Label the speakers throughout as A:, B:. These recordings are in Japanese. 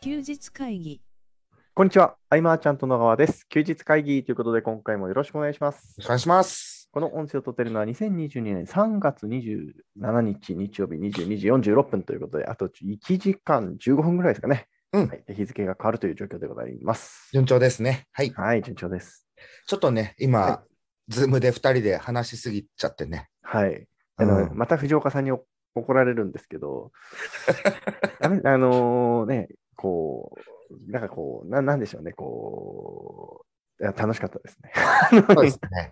A: 休日会議
B: こんにちは。アイマーちゃんと野川です。休日会議ということで、今回もよろしくお願いします。
C: お願いします。
B: この音声をとっているのは2022年3月27日日曜日22時46分ということで、あと1時間15分ぐらいですかね。
C: うん
B: はい日付が変わるという状況でございます。
C: 順調ですね。はい。
B: はい、順調です。
C: ちょっとね、
B: は
C: 今、ズームで2人で話しすぎちゃってね。
B: はい。あ
C: う
B: の、
C: ん、
B: また藤岡さんにお怒られるんですけ ど、ダメあのね、こう、なんかこう、ななんでしょうね、こう、いや楽しかったですね。
C: そうですね。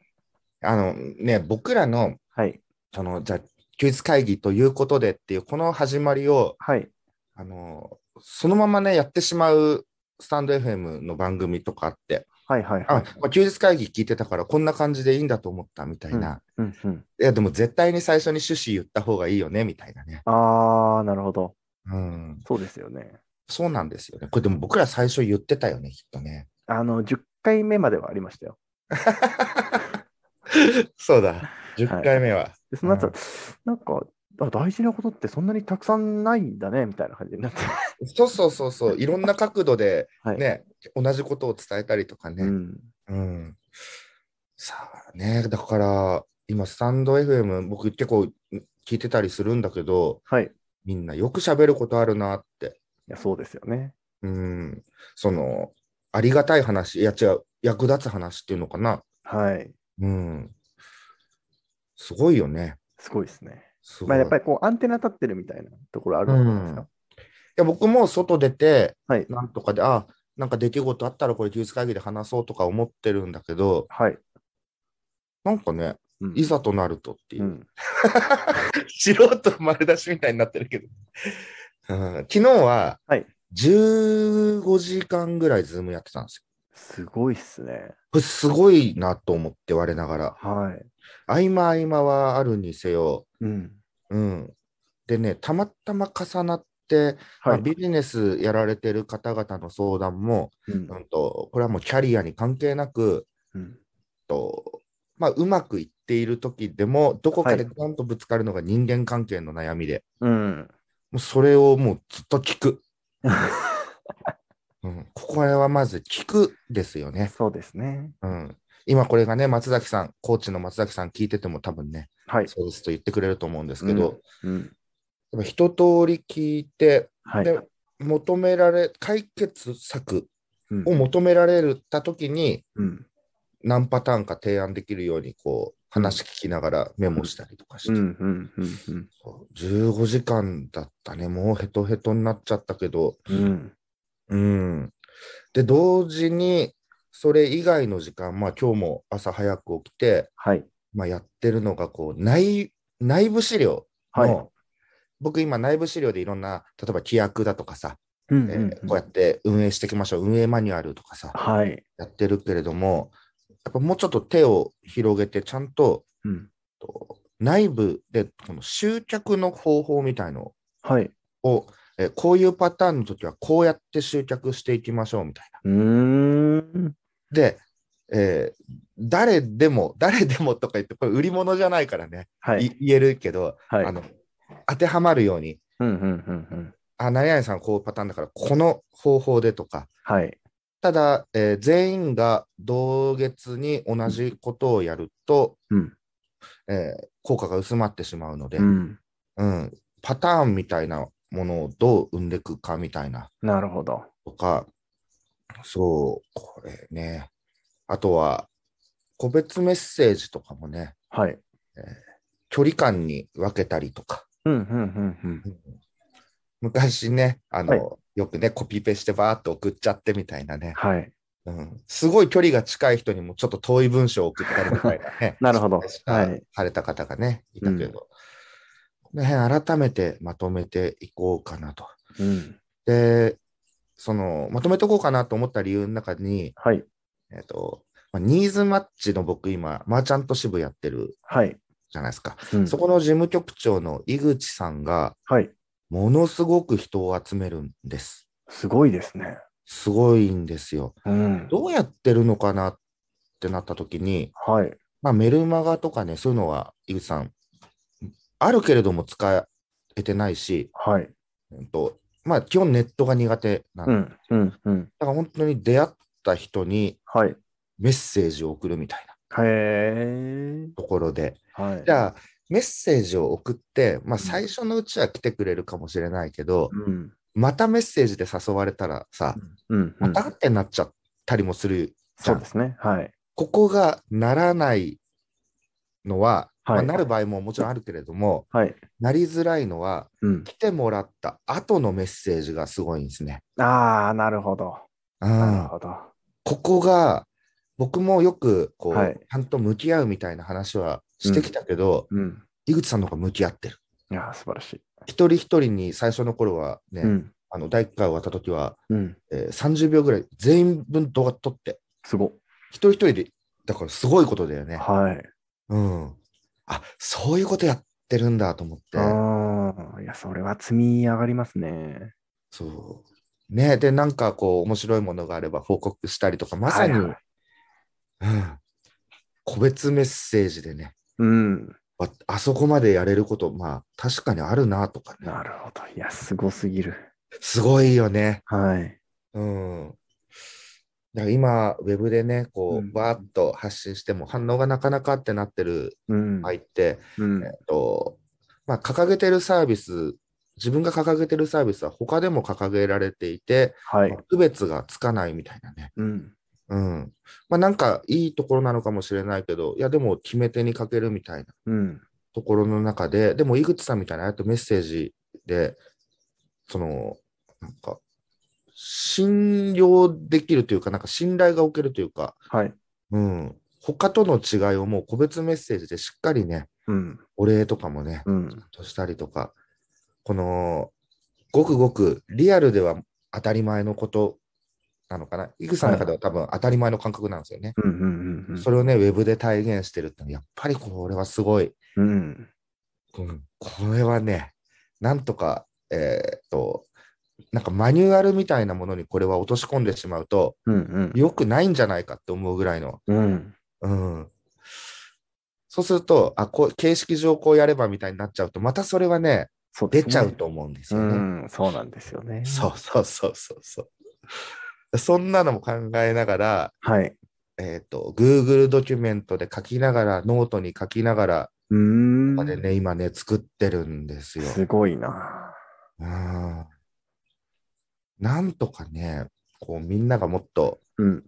C: あのね、僕らの、
B: はい、
C: その、じゃあ休日会議ということでっていう、この始まりを、
B: はい、
C: あの、そのままね、やってしまうスタンド FM の番組とかあって、
B: はい、はい、は
C: あ
B: い。、
C: まあ休日会議聞いてたから、こんな感じでいいんだと思ったみたいな。
B: うんうん、
C: いや、でも絶対に最初に趣旨言った方がいいよね、みたいなね。
B: あー、なるほど。
C: うん。
B: そうですよね。
C: そうなんですよね。これでも僕ら最初言ってたよね、きっとね。
B: あの、10回目まではありましたよ。
C: そうだ、10回目は。
B: で、その後、
C: うん
B: なんか、あ大事なことってそんなにたくさんないんだね、みたいな感じにな って。
C: そうそうそうそう、いろんな角度で、
B: はい
C: ね、同じことを伝えたりとか
B: う
C: ね。
B: ん。
C: うんさあね、だから、今、スタンド FM、僕結構聞いてたりするんだけど、
B: はい。い
C: みんなよく喋ることあるなって。
B: や、そうですよね。
C: うん。その、ありがたい話、いや違う、役立つ話っていうのかな。
B: はい。
C: うん。すごいよね。
B: すごいですね。
C: すごい。
B: まあ、やっぱ
C: い
B: りこう、アンテナ立ってるみたいなところあるじゃないですか。
C: や僕も外出て、
B: はい。
C: なんとかで、あ、なんか出来事あったらこれ、技術会議で話そうとか思ってるんだけど、
B: はい。
C: なんかね、
B: うん
C: いざとなるとっていうう。
B: ん。
C: 素人丸出しみたいになってるけど。 うん、昨日は、
B: はい
C: 15時間ぐらいズームやってたんですよ。
B: すごいっすね。
C: これすごいなと思って、我ながら。
B: はい。
C: 合間合間はあるにせよ。
B: うん。
C: うん。でね、たまたま重なって、ま
B: は
C: あ
B: い。
C: ビジネスやられてる方々の相談も、
B: うん
C: うんと、これはもうキャリアに関係なく、
B: うん
C: とまあ、うまくいっている時でも、どこかで
B: は
C: ガンとぶつかるのが人間関係の悩みで、
B: うん。
C: もうそれをもうずっと聞 く。うん、ここはまず聞くですよね。
B: そうですね。
C: うん、今これがね、松崎さん、コーチの松崎さん聞いてても多分ね、
B: はい。
C: そうですと言ってくれると思うんですけど、
B: うん。
C: やっぱ一通り聞いて、
B: はい。
C: で求められ、解決策
B: うん
C: を求められた時に、
B: うん。
C: 何パターンか提案できるようにこう話聞きながらメモしたりとかして、
B: うん。うん。うんうん。
C: そう15時間だったねもうヘトヘトになっちゃったけど
B: うん。
C: うんで同時にそれ以外の時間まあ今日も朝早く起きて、
B: はい。
C: まあ、やってるのがこう内内部資料の、
B: はい。
C: 僕今内部資料でいろんな例えば規約だとかさ、
B: うん
C: え
B: うん
C: ーこうやって運営していきましょう運営マニュアルとかさ
B: はい。
C: やってるけれどもやっぱもうちょっと手を広げてちゃんと
B: うん。
C: と内部でこの集客の方法みたいの
B: はい。
C: を、えーこういうパターンの時はこうやって集客していきましょうみたいう
B: ーん。
C: な。で、えー誰でも、 誰でもとか言って、これ売り物じゃないからね、
B: はい。
C: い言えるけど、
B: はい。
C: あの、当てはまるように、
B: うんうんうんうん。
C: あ、何々さんこういうパターンだから、この方法でとか、
B: はい。
C: ただ、えー全員が同月に同じことをやると、
B: うん。
C: えー効果が薄まってしまうので、
B: うん。
C: うん、パターンみたいなものをどう生んでいくかみたいな
B: なるほど。
C: とか、そう、これね。あとは、個別メッセージとかもね、
B: はい。
C: 距離感に分けたりとか。
B: うんうんうんうん。
C: 昔ね、あの、
B: はい
C: よくね、コピペしてバーっと送っちゃってみたいなね、
B: はい。。
C: うん。すごい距離が近い人にもちょっと遠い文章を送ったりみたいなね
B: なるほどは
C: はいい。された方がね、いたけど、この辺改めてまとめていこうかなと。
B: うん。
C: で、その、まとめとこうかなと思った理由の中に、
B: はい。
C: えっ、と、まあニーズマッチの僕今、マーチャント支部やってる
B: はい。
C: じゃないですか。
B: うん
C: そこの事務局長の井口さんが、
B: はい。
C: ものすごく人を集めるんです。
B: すごいですね。
C: すごいんですよ。
B: うん。
C: どうやってるのかなってなった時に、
B: はい。
C: まあメルマガとかね、そういうのは井口さん、あるけれども使えてないし、
B: はい。
C: うんとまあ基本ネットが苦手なん
B: う
C: で、
B: ん、うん、うん。
C: だから本当に出会った人に
B: はい。へ
C: メッセージを送るみたいな
B: え。
C: ところで、
B: はい。
C: じゃあメッセージを送って、まあ
B: ん
C: 最初のうちは来てくれるかもしれないけど、
B: うん、
C: またメッセージで誘われたらさ、
B: うん、う
C: ま
B: ん。
C: たってなっちゃったりもするじゃ
B: そ
C: ん
B: うですね。はい。
C: ここがならないのは、
B: はい
C: まあなる場合ももちろんあるけれども、
B: はい。
C: なりづらいのは、
B: うん。
C: 来てもらった後のメッセージがすごいんですね。
B: ああ、なるほど。
C: う
B: なる
C: ん、
B: ほど。
C: ここが、僕もよくこう、
B: はい
C: ちゃんと向き合うみたいな話はしてきたけど、
B: うん。
C: 井口さんの方が向き合ってる。
B: いやー、素晴らしい。
C: 一人一人に最初の頃はね、
B: うん。
C: あの第1回終わった時は、
B: うん。
C: えー30秒ぐらい全員分動画撮って、
B: すご。
C: 一人一人で、だからすごいことだよね。
B: はい。
C: うん。あ、そういうことやってるんだと思って。
B: ああ、いや、それは積み上がりますね。
C: そう。ねで、なんかこう、面白いものがあれば報告したりとか、まさに、
B: はいはい
C: うん、個別メッセージでね、
B: うん。
C: ああそこまでやれること、まあ、確かにあるなとかね。
B: なるほど。いや、すごすぎる。
C: すごいよね。
B: はい。
C: うん。だから今、ウェブでね、こ
B: うん
C: う、バーッと発信しても反応がなかなかってなってる
B: うん。
C: 場合って、
B: うん
C: え。っと、まあ、掲げてるサービス、自分が掲げてるサービスは他でも掲げられていて、
B: はい
C: まあ。区別がつかないみたいなね。
B: うん。
C: うん。まあなんかいいところなのかもしれないけど、いやでも決め手にかけるみたいな
B: うん。
C: ところの中で、でも井口さんみたいなああやってメッセージで、その、なんか、信用できるというか、なんか信頼がおけるというか、
B: はい。
C: うん。他との違いをもう個別メッセージでしっかりね、
B: うん。
C: お礼とかもね、
B: うん。
C: としたりとか、この、ごくごくリアルでは当たり前のことなのかな。井口さんの中では多分当たり前の感覚なんですよね。
B: うん。うん。うん。
C: それをね、ウェブで体現してるってのはやっぱりこれはすごい。
B: うん。
C: うんこれはね、なんとか、えーっと、なんかマニュアルみたいなものにこれは落とし込んでしまうと、
B: うん。
C: 良くないんじゃないかって思うぐらいの。
B: うん。
C: うん。そうすると、あ、こう、形式上こうやればみたいになっちゃうと、またそれはね、
B: そうで
C: 出
B: すね
C: ちゃうと思うんです
B: う
C: よね。
B: ん。そうなんですよね。
C: そうそうそうそうそう。そんなのも考えながら、
B: はい。
C: えーっと、Google ドキュメントで書きながら、ノートに書きながら、
B: うーん
C: ま。でね、今ね、作ってるんですよ。
B: すごいな。
C: うんなんとかね、こうみんながもっと
B: うん。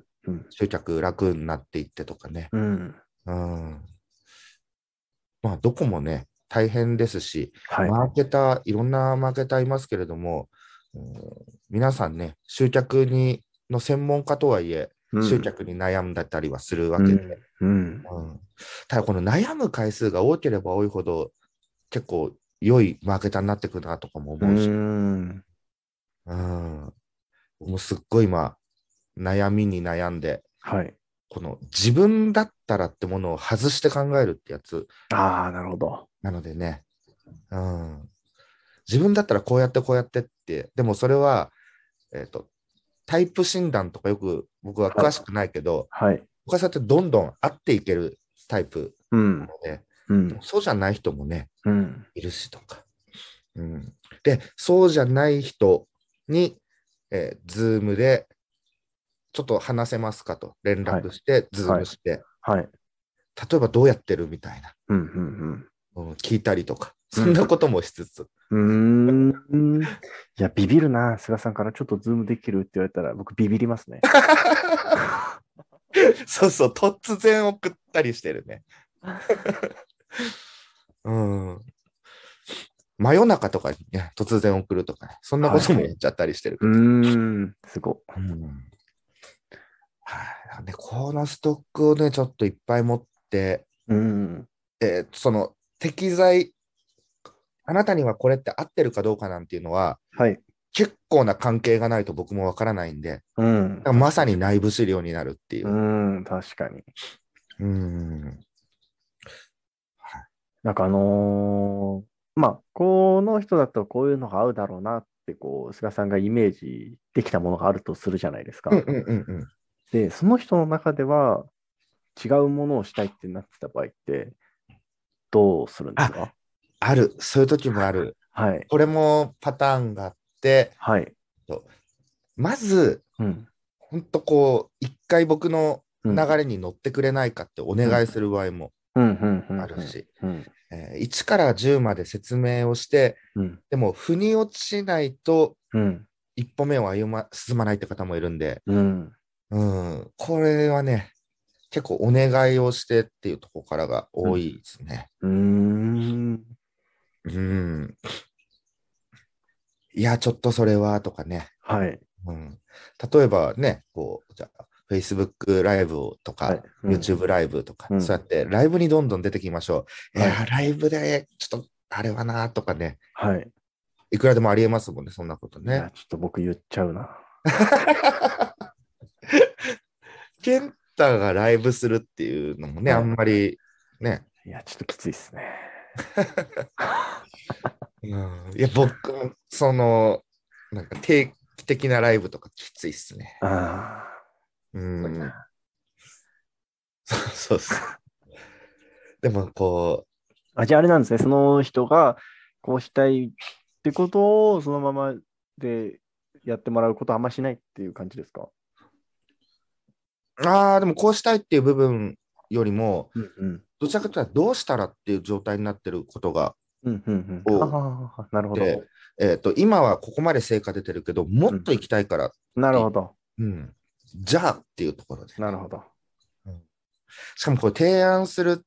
C: 集客楽になっていってとかね。
B: うん。
C: うん、まあ、どこもね、大変ですし、
B: はい。
C: マーケター、いろんなマーケターいますけれども、うん皆さんね、集客にの専門家とはいえ、
B: うん
C: 集客に悩んだったりはするわけで、
B: うん。
C: うんただこの悩む回数が多ければ多いほど結構良いマーケターになってくるなとかも
B: う
C: 思うし、
B: ん。
C: うんもうすっごい今悩みに悩んで
B: はい。
C: この自分だったらってものを外して考えるってやつ
B: ああ、なるほど。
C: なのでね、うん、自分だったらこうやってこうやってってでもそれは、えっとタイプ診断とかよく僕は詳しくないけど、
B: はい。
C: 僕はそうやってどんどん合っていけるタイプ
B: うん
C: な。ので、
B: うん。
C: そうじゃない人もね、
B: うん。
C: いるしとか。うん、で、そうじゃない人に、えー、ズームで、ちょっと話せますかと連絡して、ズームして、
B: はい。
C: 例えばどうやってるみたいな、
B: うん。うん。
C: うん、聞いたりとか、
B: うん
C: そんなこともしつつ、
B: うん。うーん。いや、ビビるな。菅さんからちょっとズームできるって言われたら、僕ビビりますね。
C: そうそう、突然送ったりしてるね。 うん、真夜中とかにね、突然送るとかね、そんなこともやっちゃったりしてる
B: うーん。すご。
C: うんはい、なんでこのストックをね、ちょっといっぱい持って、
B: うん。
C: えーその適材、あなたにはこれって合ってるかどうかなんていうのは、
B: はい。
C: 結構な関係がないと僕もわからないんで、
B: うん
C: だから。まさに内部資料になるっていうう。
B: ん。確かに。
C: うん。
B: なんかあのーまあ、この人だとこういうのが合うだろうなって、こう、菅さんがイメージできたものがあるとするじゃないですか。
C: うんうんうんうん。
B: で、その人の中では違うものをしたいってなってた場合って、どうするんですか
C: ある、そういう時もある。
B: はい。
C: これもパターンがあっって、
B: はい。
C: まず、
B: うん。
C: 本当こう、一回僕の
B: うん
C: 流れに乗ってくれないかってお願いする場合も
B: うんうんうんうん。
C: あるし、
B: うん。
C: えー1から10まで説明をして、
B: うん。
C: でも、腑に落ちないと、
B: うん。
C: 一歩目を歩ま、進まないって方もいるんで、
B: うん。
C: うん、これはね、結構お願いをしてっていうところからが多いですね。
B: うーん。
C: うん。いや、ちょっとそれは、とかね。
B: はい。
C: うん、例えばね、こう、じゃあ、Facebook ライブとか、
B: はい。うん
C: YouTube ライブとか、
B: うん
C: そうやってライブにどんどん出てきましょう。
B: はい
C: いや、ライブで、ちょっと、あれはな、とかね。
B: はい。
C: いくらでもありえますもんね、そんなこと
B: い
C: ね
B: や。ちょっと僕言っちゃうな。
C: ケンタがライブするっていうのもね、
B: は
C: あ
B: い
C: んまりね。
B: いや、ちょっときついっすね。
C: うんいや、僕も、その、なんか定期的なライブとかきついっすね。
B: あ
C: うん。
B: あ。
C: そう そうそう。でも、こ
B: あ、じゃああれなんですね。その人がこうしたいってことをそのままでやってもらうことはあんましないっていう感じですか
C: う、ああ、でもこうしたいっていう部分よりも、
B: うんうん。
C: どちらかというとどうしたらっていう状態になってることが、
B: うんうんう
C: お
B: ん。ああ、なるほど。
C: でえっ、と、今はここまで成果出てるけど、もっと行きたいから、
B: なるほど。
C: うん、じゃあっていうところで。
B: なるほど。
C: しかもこれ提案する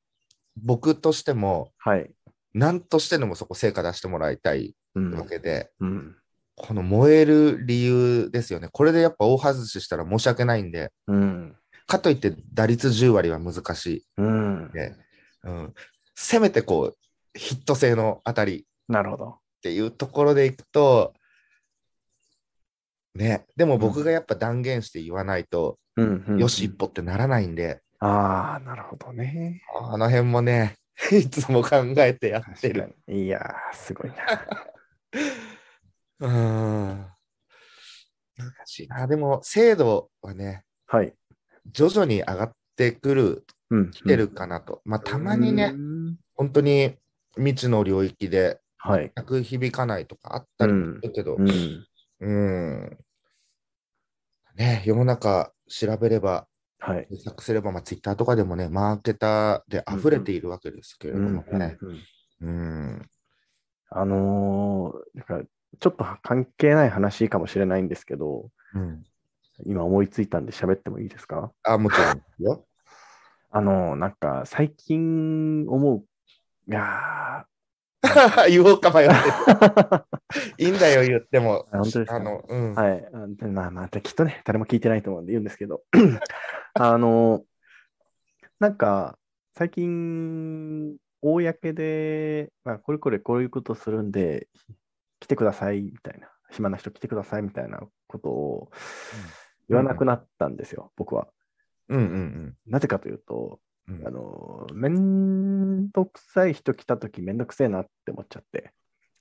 C: 僕としても、
B: はい。
C: 何としてでもそこ成果出してもらいたいうわ
B: ん。
C: けで、
B: うん。
C: この燃える理由ですよね。これでやっぱ大外ししたら申し訳ないんで、
B: うん。
C: かといって打率10割は難し
B: うん
C: いん。で、うん、せめてこう、ヒット性のあたり
B: なるほど。
C: っていうところでいくと、ね、でも僕がやっぱ断言して言わないと、
B: うん、うん。
C: よし一。歩ってならないんで、
B: ああ、なるほどね。
C: あの辺もね、 いつも考えてやって
B: 確
C: る
B: か。に。いやー、すごいな。
C: うーん。難しいな。でも、精度はね、
B: はい。
C: 徐々に上がってくる、
B: うん。
C: 来てるかなと。まあ、たまにね、
B: うん。
C: 本当に未知の領域で
B: はい。
C: 全く響かないとかあったりするけど、う。
B: うんん。
C: ね、世の中調べれば、
B: はい。
C: 検索すれば、まあ、ツイッターとかでもね、マーケターで溢れているわけですけれ
B: う
C: ど
B: ん
C: もね。
B: うん
C: うん。
B: あのー、だからちょっと関係ない話かもしれないんですけど、
C: うん。
B: 今思いついたんで喋ってもいいですか
C: あ、もちろんですよ。
B: あのー、なんか最近思う、いや
C: 言おうか迷ってる。
B: ー
C: いいんだよ、言っても。
B: あ本当ですか
C: あの、うん。
B: はい。あでまあまあ、きっとね、誰も聞いてないと思うんで言うんですけ ど、あの、なんか、最近、公で、まあ、これこれこういうことするんで、来てくださいみたいな、暇な人来てくださいみたいなことを言わなくなったんですよ、僕は。
C: うんうん
B: なぜかというと、
C: うん
B: あ。の、めんどくさい人来たとき、めんどくせえなって思っちゃって、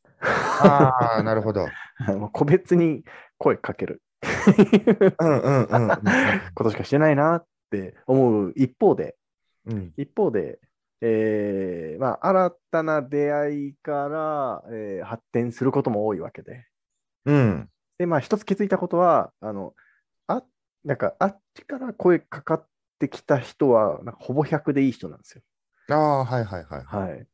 C: ああ、なるほど。
B: もう個別に声かける。
C: うんうんうん
B: ことしかしてないなって思う一方で、
C: うん。
B: 一方で、えーまあ、新たな出会いから、えー発展することも多いわけで。
C: うん。
B: で、まあ、一つ気づいたことは、あの、あ、なんか、あっちから声かかってきた人は、なんかほぼ100でいい人なんですよ。
C: ああ、はいはいはい。
B: はい。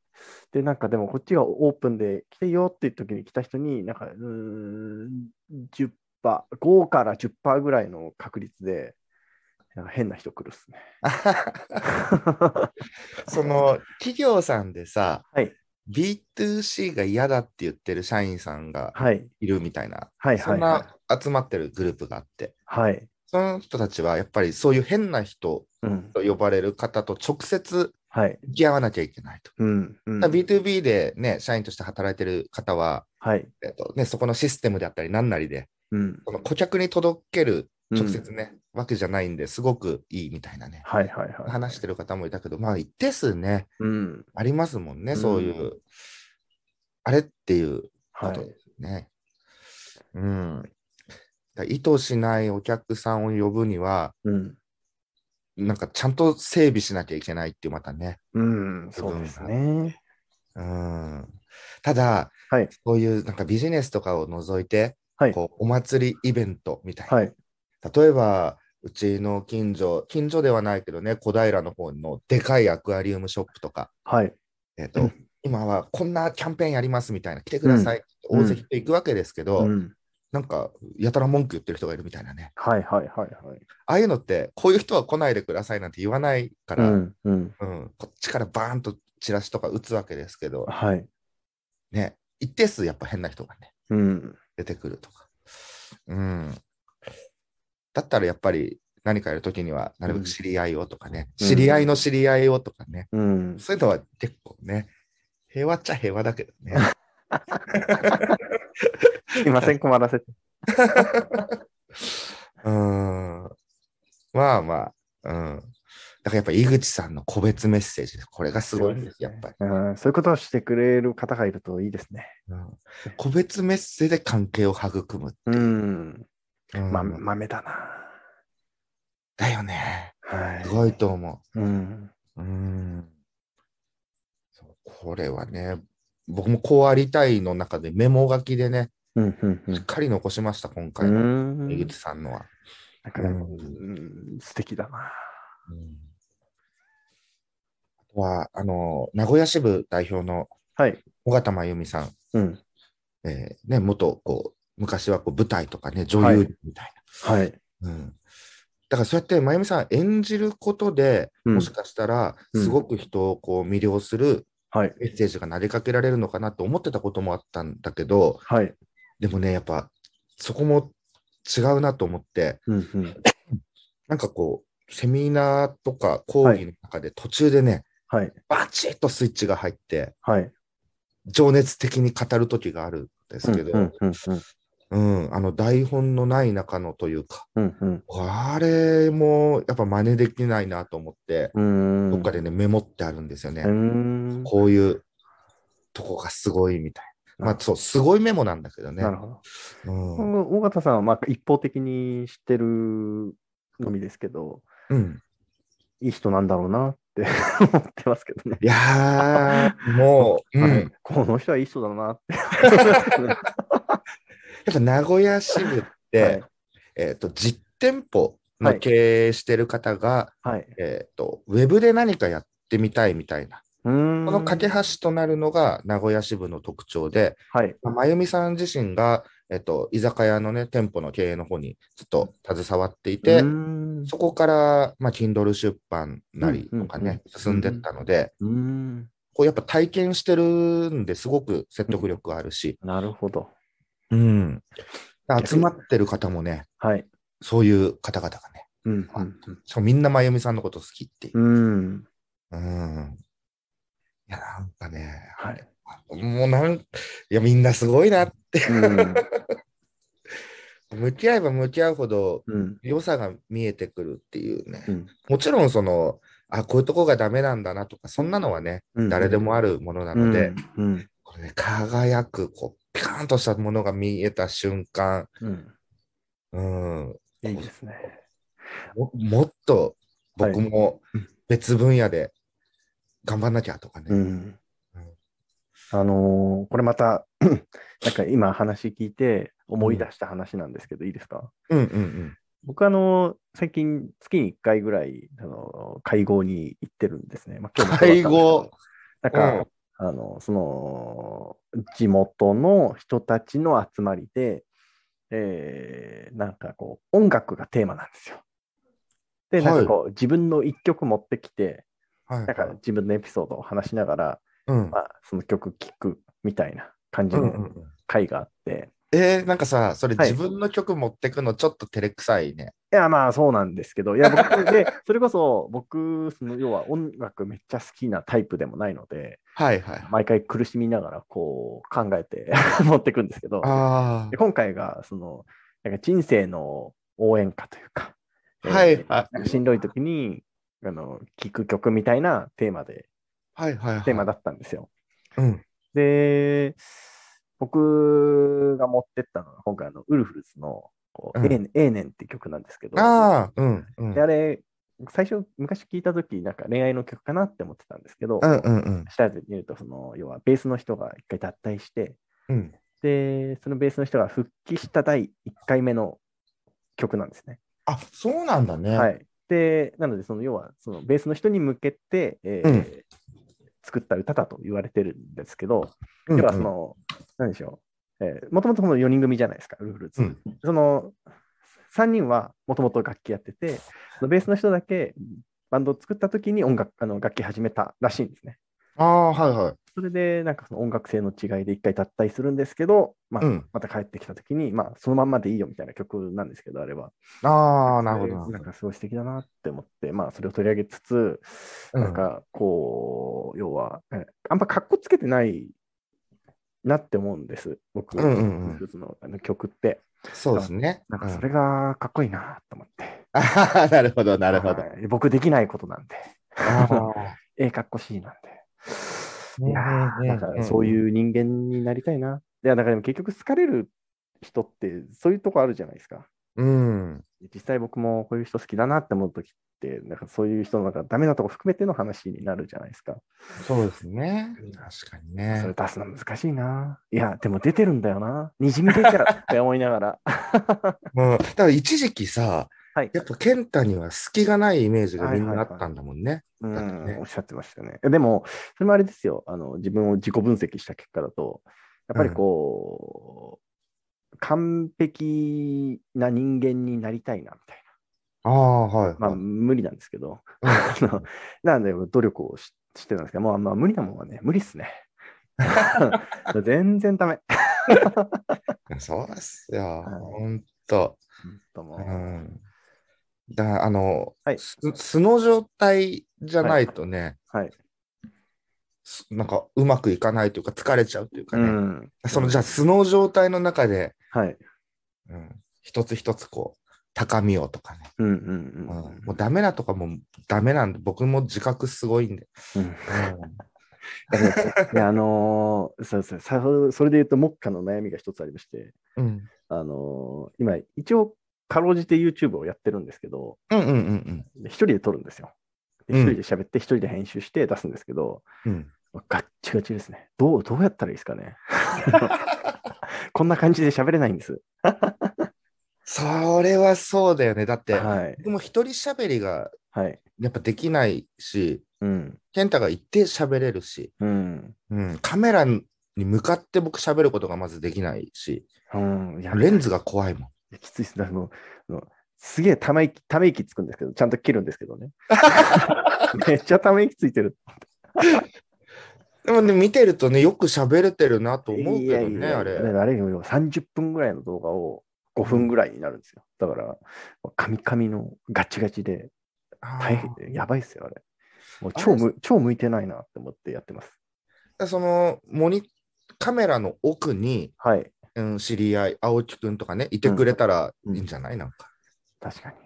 B: で、なんか、でも、こっちがオープンで来てよっていう時に来た人に、なんか、うーん、10%、5から10%ぐらいの確率で、なんか変な人来るっすね。
C: その企業さんでさ、
B: はい
C: B2C が嫌だって言ってる社員さんが
B: はい。
C: いるみたいな、
B: はい
C: そ
B: は
C: ん
B: いはい。
C: な集まってるグループがあって、
B: はい。
C: その人たちはやっぱりそういう変な人
B: うん。
C: と呼ばれる方と直接
B: はい。
C: 向き合わなきゃいけないと。
B: うん。うん
C: だから B2B でね、社員として働いてる方は、
B: はい。
C: えっとね、そこのシステムであったり何なりで、
B: うん。
C: その顧客に届ける
B: うん
C: 直接ね、わけじゃないんですごくいいみたいなね、
B: はいはいはい。
C: 話してる方もいたけど、まあ一定数ね、
B: うん。
C: ありますもんね、
B: うん
C: そういう、あれっていうこ
B: は
C: と
B: い
C: で。すね。うん。だ意図しないお客さんを呼ぶには、
B: うん。
C: なんかちゃんと整備しなきゃいけないっていう、またね。
B: うん。そうですね。
C: うん。ただ、
B: はい
C: そういうなんかビジネスとかを除いて、
B: はい
C: こうお祭りイベントみたいな、
B: はい。
C: 例えばうちの近所近所ではないけどね小平の方のでかいアクアリウムショップとか、
B: はい。
C: えっと
B: うん
C: 今はこんなキャンペーンやりますみたいな来てください、
B: うん
C: 大関と行くわけですけど、
B: うん。
C: なんかやたら文句言ってる人がいるみたいなね
B: はいはいはいはい。
C: ああいうのってこういう人は来ないでくださいなんて言わないか
B: う
C: ら、
B: ん。うん。
C: うんこっちからバーンとチラシとか打つわけですけど、
B: はい。
C: ね、一定数やっぱ変な人がね、
B: うん。
C: 出てくるとか。うん。だったらやっぱり何かやるときには、なるべく知り合いをとかね、
B: うん
C: 知り合いの知り合いをとかね、
B: うん。
C: そういうのは結構ね、平和っちゃ平和だけどね。
B: すいません、困らせて。
C: うん。まあまあ、うん。だからやっぱ井口さんの個別メッセージ、これがすごいんです、やっぱり。
B: うん。そういうことをしてくれる方がいるといいですね。
C: うん個別メッセージで関係を育む。
B: うん。
C: うん
B: ま、豆だな。
C: だよね。
B: はい。
C: すごいと思う。
B: うん。
C: うーんそうこれはね、僕もこうありたいの中でメモ書きでね、
B: うん。うん。う
C: しっ
B: ん
C: かり残しました、今
B: う
C: 回の
B: ん。
C: 江口さんのは。
B: なんかでも、
C: う
B: うんん、素敵だな。
C: うんあとは、あの、名古屋支部代表の
B: はい。
C: 尾形真由美さん、
B: うん。
C: えーね、元こう、昔はこう舞台とかね、女
B: はい
C: 優みたい
B: はい。
C: な。うんだからそうやって真由美さん演じることで、
B: うん
C: もしかしたら
B: うん
C: すごく人をこう魅了する
B: はい。
C: メッセージが投げかけられるのかなと思ってたこともあったんだけど、
B: はい。
C: でもね、やっぱそこも違うなと思って、
B: うん。うん。
C: なんかこう、セミナーとか講義の中で途中でね、
B: はい。
C: バチッとスイッチが入って、
B: はい。
C: 情熱的に語る時があるんですけど、う
B: うんん。うん。うん
C: あの台本のない中のというか、
B: うん。うん。
C: あれもやっぱ真似できないなと思って、
B: うん。
C: どっかでね、メモってあるんですよね。
B: うん。
C: こういうとこがすごいみたいな。まあそう、すごいメモなんだけどね。
B: なるほど。
C: うん
B: 今後、尾形さんはまあ一方的に知ってるのみですけど、
C: うん
B: いい人なんだろうなって 思ってますけどね。
C: いやー、もう、うん
B: は
C: や
B: いこの人はいい人だな って。
C: っぱ名古屋支部って、
B: はい
C: えっ、と、実店舗の経営してる方が、
B: はい。
C: えっ、と、ウェブで何かやってみたいみたいな、
B: うーん。
C: この架け橋となるのが名古屋支部の特徴で、
B: はい。
C: まあ真由美さん自身が、えっ、と、居酒屋のね、店舗の経営の方にずっと携わっていうて
B: ー、ん。
C: そこから、まあ、Kindle 出版なりとかね、進んでったので、
B: うーん。
C: こうやっぱ体験してるんですごく説得力あるし、
B: なるほど。
C: うん。
B: 逆に
C: 集まってる方もね、
B: はい。
C: そういう方々がね、
B: うん。
C: しかもみんな真由美さんのこと好きっていう
B: う。ん。
C: うん。いや、なんかね、
B: はい。
C: もうなん、いや、みんなすごいな。
B: うん。
C: 向き合えば向き合うほど
B: うん。
C: 良さが見えてくるっていうね。
B: うん
C: もちろん、その、あ、こういうとこがダメなんだなとか、そんなのはね、
B: うん。
C: 誰でもあるものなので、
B: うん。うん。
C: これね、輝く、こう、ピカーンとしたものが見えた瞬間、
B: うん。
C: うん、
B: いいですね。
C: ももっと僕も
B: うん
C: 別分野で頑張んなきゃとかね。
B: うん。あのーこれまた、 なんか今話聞いて思い出した話なんですけど、いいですか
C: うんうん
B: 僕あの、最近月に1回ぐらい、あの、会合に行ってるんですね。まあ、今日もそうだったんですけどなんか、
C: うん
B: あの、その、地元の人たちの集まりで、えーなんかこう、音楽がテーマなんですよ。で、なんかこう、自分の1曲持ってきて、
C: うん。はい。
B: なんか自分のエピソードを話しながら、
C: うん
B: まあ、その曲聴くみたいな感じ
C: うん
B: の
C: うんうん
B: 会があって、
C: えー、なんかさ、それ
B: はい
C: 自分の曲持ってくのちょっと照れくさいね。
B: いや、まあそうなんですけど、いや、 僕、で、それこそ僕、その要は音楽めっちゃ好きなタイプでもないので、
C: はいはい。
B: 毎回苦しみながらこう考えて 持ってくんですけど、
C: あ
B: で今回がその、なんか人生の応援歌というか、
C: あ。はい
B: え
C: は
B: ーなんか。
C: い
B: しんどい時に、あの、聴く曲みたいなテーマで、
C: はいはいはい。
B: テーマだったんですよ。
C: うん。
B: で、僕が持ってったのが今回あの、ウルフルズの、こう、
C: うん
B: ええねええねんって曲なんですけど、
C: ああ、うんうん。
B: で、あれ、最初、昔聞いたとき、なんか恋愛の曲かなって思ってたんですけど、
C: うんうんうん
B: 調べてみると、その、要はベースの人が一回脱退して、
C: うん。
B: で、そのベースの人が復帰した第1回目の曲なんですね。
C: あ、そうなんだね。
B: はい。で、なので、その要は、そのベースの人に向けて、えー
C: うん
B: 作った歌だと言われてるんですけど、
C: うん
B: 要はその、何でしょう、えー、もともとこの4人組じゃないですか、ウルフルーツ。
C: うん
B: その3人はもともと楽器やってて、そのベースの人だけバンドを作った時に音楽あの楽器始めたらしいんですね。
C: ああ、はいはい。
B: それで、なんかその音楽性の違いで一回脱退するんですけど、まあ
C: うん
B: また帰ってきた時に、まあ、そのまんまでいいよみたいな曲なんですけど、あれは。
C: ああ、なるほ
B: そ
C: ど
B: れな
C: な
B: ん。かすごい素敵だなって思って、まあ、それを取り上げつつ、
C: うん
B: なんかこう、要は、えあんま格好つけてないなって思うんです、僕、
C: うんうんうん
B: フルーツのあの曲って。
C: そうですね。
B: なんか
C: うん
B: それがかっこいいなと思って。
C: あははなるほど、なるほど。
B: はい僕できないことなんで、
C: あ
B: ええかっこしいなん
C: うん
B: で。いやーなん
C: うん
B: かそういう人間になりたいな。いや、だからでも結局好かれる人ってそういうとこあるじゃないですか。
C: ーうん。
B: 実際僕もこういう人好きだなって思うときって、なんかそういう人のなんかダメなとこ含めての話になるじゃないですか。
C: そうですね。確かに
B: それ
C: ね。
B: 出すの難しいな。いや、でも出てるんだよな。にじみ出ちゃうって思いなが ら。
C: うん。だから一時期さ、
B: はい。
C: やっぱ健太には隙がないイメージがみんなあったんだもんね。
B: う
C: だってね
B: ん、おっしゃってましたね。でも、それもあれですよあの、自分を自己分析した結果だと、やっぱりこう、完璧な人間になりたいなみたい
C: ああ、はい。
B: な、まあ、無理なんですけど、あのなので努力をししてたんですけど、もうまあ無理なもんはね、無理っすね。 全然ダメ。
C: うんそうっすよ。
B: い
C: ほんと。
B: 本当も
C: う。
B: うん
C: だからあの、
B: はい
C: す素の状態じゃないとね、
B: はい。
C: すなんかうまくいかないというか、疲れちゃうというか
B: う
C: ね。
B: ん。
C: そのじゃあ素の状態の中で、
B: はい。
C: うん、一つ一つこう高みをとかね、
B: うんうん
C: うん
B: うん。
C: もうダメなとかもダメなんで僕も自覚すごいんで、
B: うんいや、あのーそうそうさ、それで言うと、目下の悩みが一つありまして、
C: うん、うん
B: あのー今、一応、かろうじて YouTube をやってるんですけど、
C: うんうんうん
B: で一人で撮るんですよ。で
C: うん
B: 一人で喋って、一人で編集して出すんですけど、
C: うん
B: ガッチガチですね。どう、どうやったらいいですかね。 こんな感じで喋れないんです。
C: それはそうだよねだって、
B: はい。
C: 僕も一人喋りが
B: はい。
C: やっぱできないし
B: うん。
C: 健太が一定喋れるし、
B: うん。
C: うん、カメラに向かって僕喋ることがまずできないし
B: うん。いや、
C: レンズが怖いもん
B: きついですね。あの、あのすげえため息、ため息つくんですけど、ちゃんと切るんですけど ね。めっちゃため息ついてる。
C: でもね見てるとねよく喋れてるなと思うけどね
B: いやいや
C: あれ
B: だからあれよ、30分ぐらいの動画を5分ぐらいになるんですよ。だから、カミカミのガチガチで、
C: あー
B: 大変、やばいっすよ、あれ。もう超む超向いてないなって思ってやってます。
C: でそのモニカメラの奥に、
B: はい、
C: うん、知り合い、青木くんとかね、いてくれたらいいんじゃない、なんか。
B: 確かに。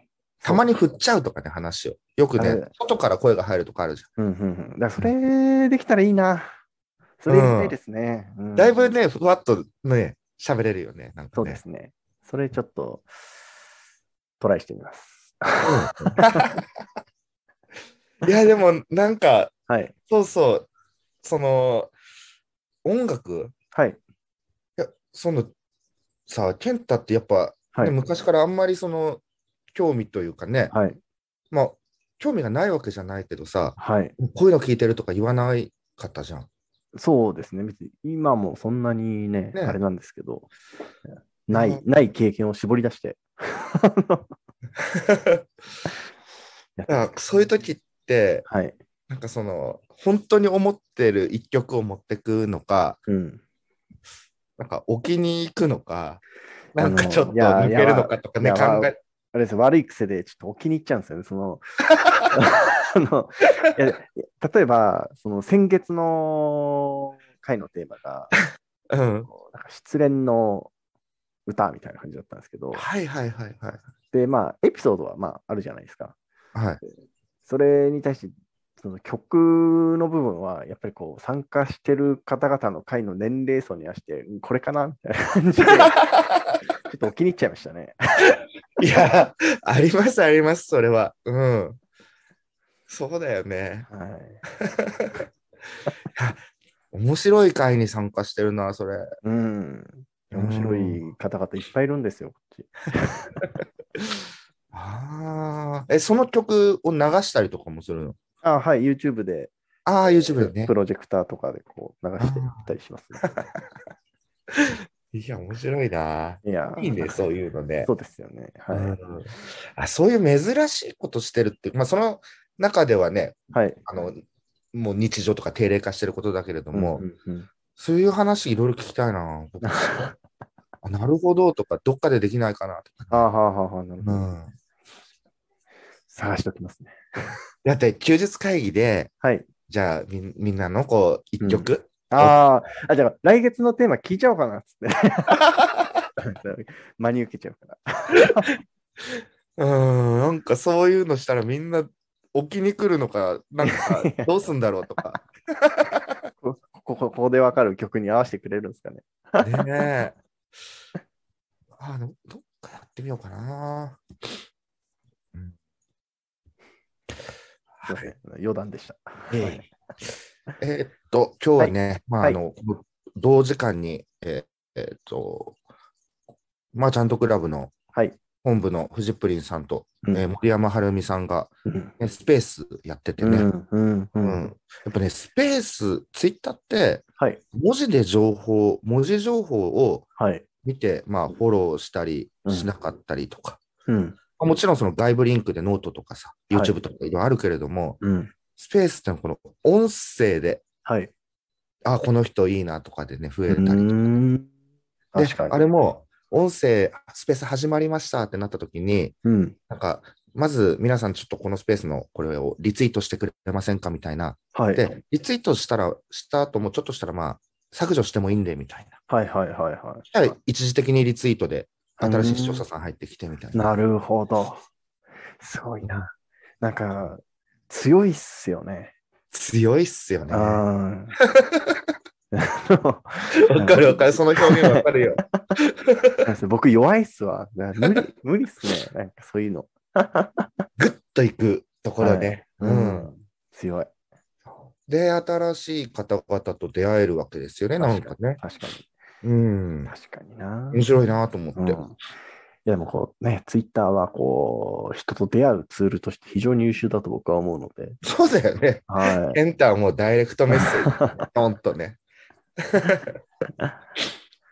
C: たまに振っちゃうとかね、話を。よく
B: あ
C: ね
B: る、
C: 外から声が入るとかあるじゃ
B: うんうんうん。だからそれできたらいいな。それやりたいですね。うん
C: ん。だいぶね、ふわっとね、喋れるよね、なん
B: そ
C: か
B: うで
C: ね。
B: すね。それちょっと、トライしてみます。
C: いや、でも、なんか、
B: はい。
C: そうそう、その、音楽、
B: はい。
C: その、さ、健太ってやっぱ、ね
B: はい。
C: 昔からあんまりその、興味というかね、
B: はい。
C: まあ、興味がないわけじゃないけどさ、
B: はい。
C: こういうの聞いてるとか言わないかったじゃん。
B: そうですね。別に今もそんなにね、
C: ね
B: あれなんですけど、な
C: う
B: い
C: ん、
B: ない経験を絞り出して。
C: だからそういう時って、
B: はい。
C: なんかその、本当に思ってる一曲を持ってくのか、
B: うん。
C: なんか置きに行くのか、
B: あ
C: な
B: の
C: んかちょっと
B: いや
C: 抜けるのかとかね、
B: いやまあ
C: 考え、
B: あれです悪い癖でちょっと置きに行っちゃうんですよね。そ の、あのいや例えば、その先月の回のテーマが、
C: うん。
B: なんか失恋の歌みたいな感じだったんですけど、
C: はいはいはいはい。
B: で、まあ、エピソードはまあ、あるじゃないですか。
C: はい、
B: それに対して、その曲の部分は、やっぱりこう、参加してる方々の会の年齢層に合わせて、うんこれかなみたいな感じで、ちょっとお気に入っちゃいましたね。
C: いや、ありますあります、それは。うん。そうだよね。
B: はい。
C: 面白い会に参加してるな、それ。
B: うん。面白い方々いっぱいいるんですよ、こっち。
C: ああ。え、その曲を流したりとかもするの
B: あ、はい、YouTube で、
C: ああ、YouTube でね
B: プ。ロジェクターとかでこう流していったりしますね、
C: いや、面白いな。
B: いや、
C: いい ね、そういうのね。
B: そうですよね。はい。
C: うんあそういう珍しいことしてるって、まあ、その中ではね、
B: はい。
C: あの、もう日常とか定例化してることだけれども、
B: うんうんうん
C: そういう話いろいろ聞きたいな。 僕あなるほどとか、どっかでできないかなとか。
B: あーはーはーはーなるほ
C: う
B: ど。
C: ん、
B: 探しておきますね。
C: だって休日会議で、
B: はい。
C: じゃあみんみんなのこう一曲、
B: あーあ、じゃあ来月のテーマ聞いちゃおうかなっつって。 真に受けちゃうから。
C: うん、なんかそういうのしたらみんな置きに来るのか、なんかどうすんだろうとか。
B: こここここでわかる曲に合わせてくれるんですかね。
C: ねえ。あの、どっかやってみようかな。うん
B: すいません余談でした。
C: えええーっと、今日はね、まあ、
B: は
C: あ
B: い
C: の、同時間に、えーえーっと、マーチャントクラブの
B: はい。
C: 本部のフジプリンさんと、
B: うん
C: えー森山晴美さんが、
B: うん
C: ねスペースやってて
B: う
C: ね、うん
B: んうんうん。
C: やっぱね、スペース、ツイッターって、
B: はい
C: 文字で情報、文字情報を
B: はい。
C: 見て、まあ、フォローしたり
B: うん
C: しなかったりとか、
B: うん
C: まあもちろんその外部リンクでノートとかさ、
B: はい
C: YouTube とかいろいろあるけれども、
B: うん。
C: スペースってのはこの音声で、
B: はい。
C: あ、この人いいなとかでね、増えたりとか。
B: ん。
C: で
B: 確かに。
C: あれも、音声、あスペース始まりましたってなった時に、
B: うん。
C: なんか、まず皆さんちょっとこのスペースのこれをリツイートしてくれませんかみたいな。
B: はい。
C: で、リツイートしたら、した後もちょっとしたらまあ、削除してもいいんでみたいな。
B: はいはいはいは
C: そしたら一時的にリツイートで新しい視聴者さん入ってきてみたい
B: い。
C: な。
B: なるほど。すごいな。なんか、強いっすよね。
C: 強いっすよね。わ
B: ああ。
C: か るわかる。その表現わかるよ。
B: なんですよ僕弱いっすわ。な無理、無理っすね。なんかそういうの。
C: グッといくところね。うん。
B: 強い。
C: で、新しい方々と出会えるわけですよね、なんかね。
B: 確か
C: うん
B: に。。確かにな。
C: 面白いなと思って。
B: うん、いやでもこうね、ツイッターはこう、人と出会うツールとして非常に優秀だと僕は思うので、
C: そうだよね。
B: はい。
C: エンターもうダイレクトメッセー ジ。ほんとね。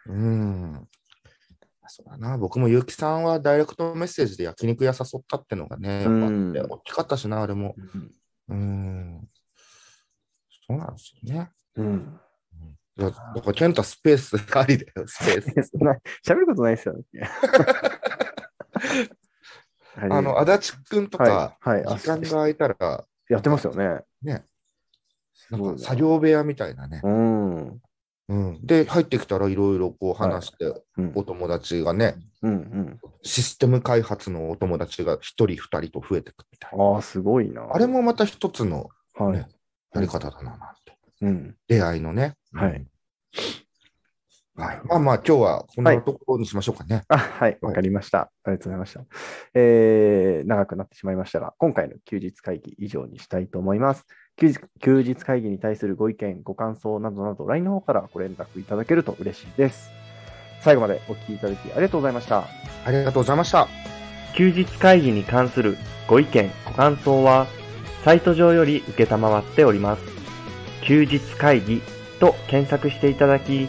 C: うん。そうだな。僕も結城さんはダイレクトメッセージで焼肉屋誘ったってのがね、やっぱあって
B: うん
C: 大きかったしな、あれも。うん。そうなんですよね。
B: うん。
C: いやだから、健太スペースありだよ、スペース。
B: そんな喋ることないですよね。 はい
C: あの、、足立くんとか、
B: はい、はい、あ
C: 時間が空いたら、
B: やってますよね。
C: ね。
B: すごいな
C: 作業部屋みたいなね。
B: うん。うん
C: うん、で、入ってきたらいろいろこう話して、
B: うん
C: お友達がね、
B: うん。
C: システム開発のお友達が1人、2人と増えてくみたいな。
B: ああ、すごいな。
C: あれもまた一つの
B: は
C: ね
B: い。
C: やり方だな、なんて。
B: うん。
C: 出会いのね。
B: はい
C: うん。はい、まあまあ、今日はこんなところにしましょうかね。
B: あ、はい、わかりました。ありがとうございました。えー長くなってしまいましたが、今回の休日会議以上にしたいと思います。休日休日会議に対するご意見、ご感想などなど、LINE の方からご連絡いただけると嬉しいです。最後までお聞きいただきありがとうございました。
C: ありがとうございました。
B: 休日会議に関するご意見、ご感想は、サイト上より受けたまわっております。休日会議と検索していただき、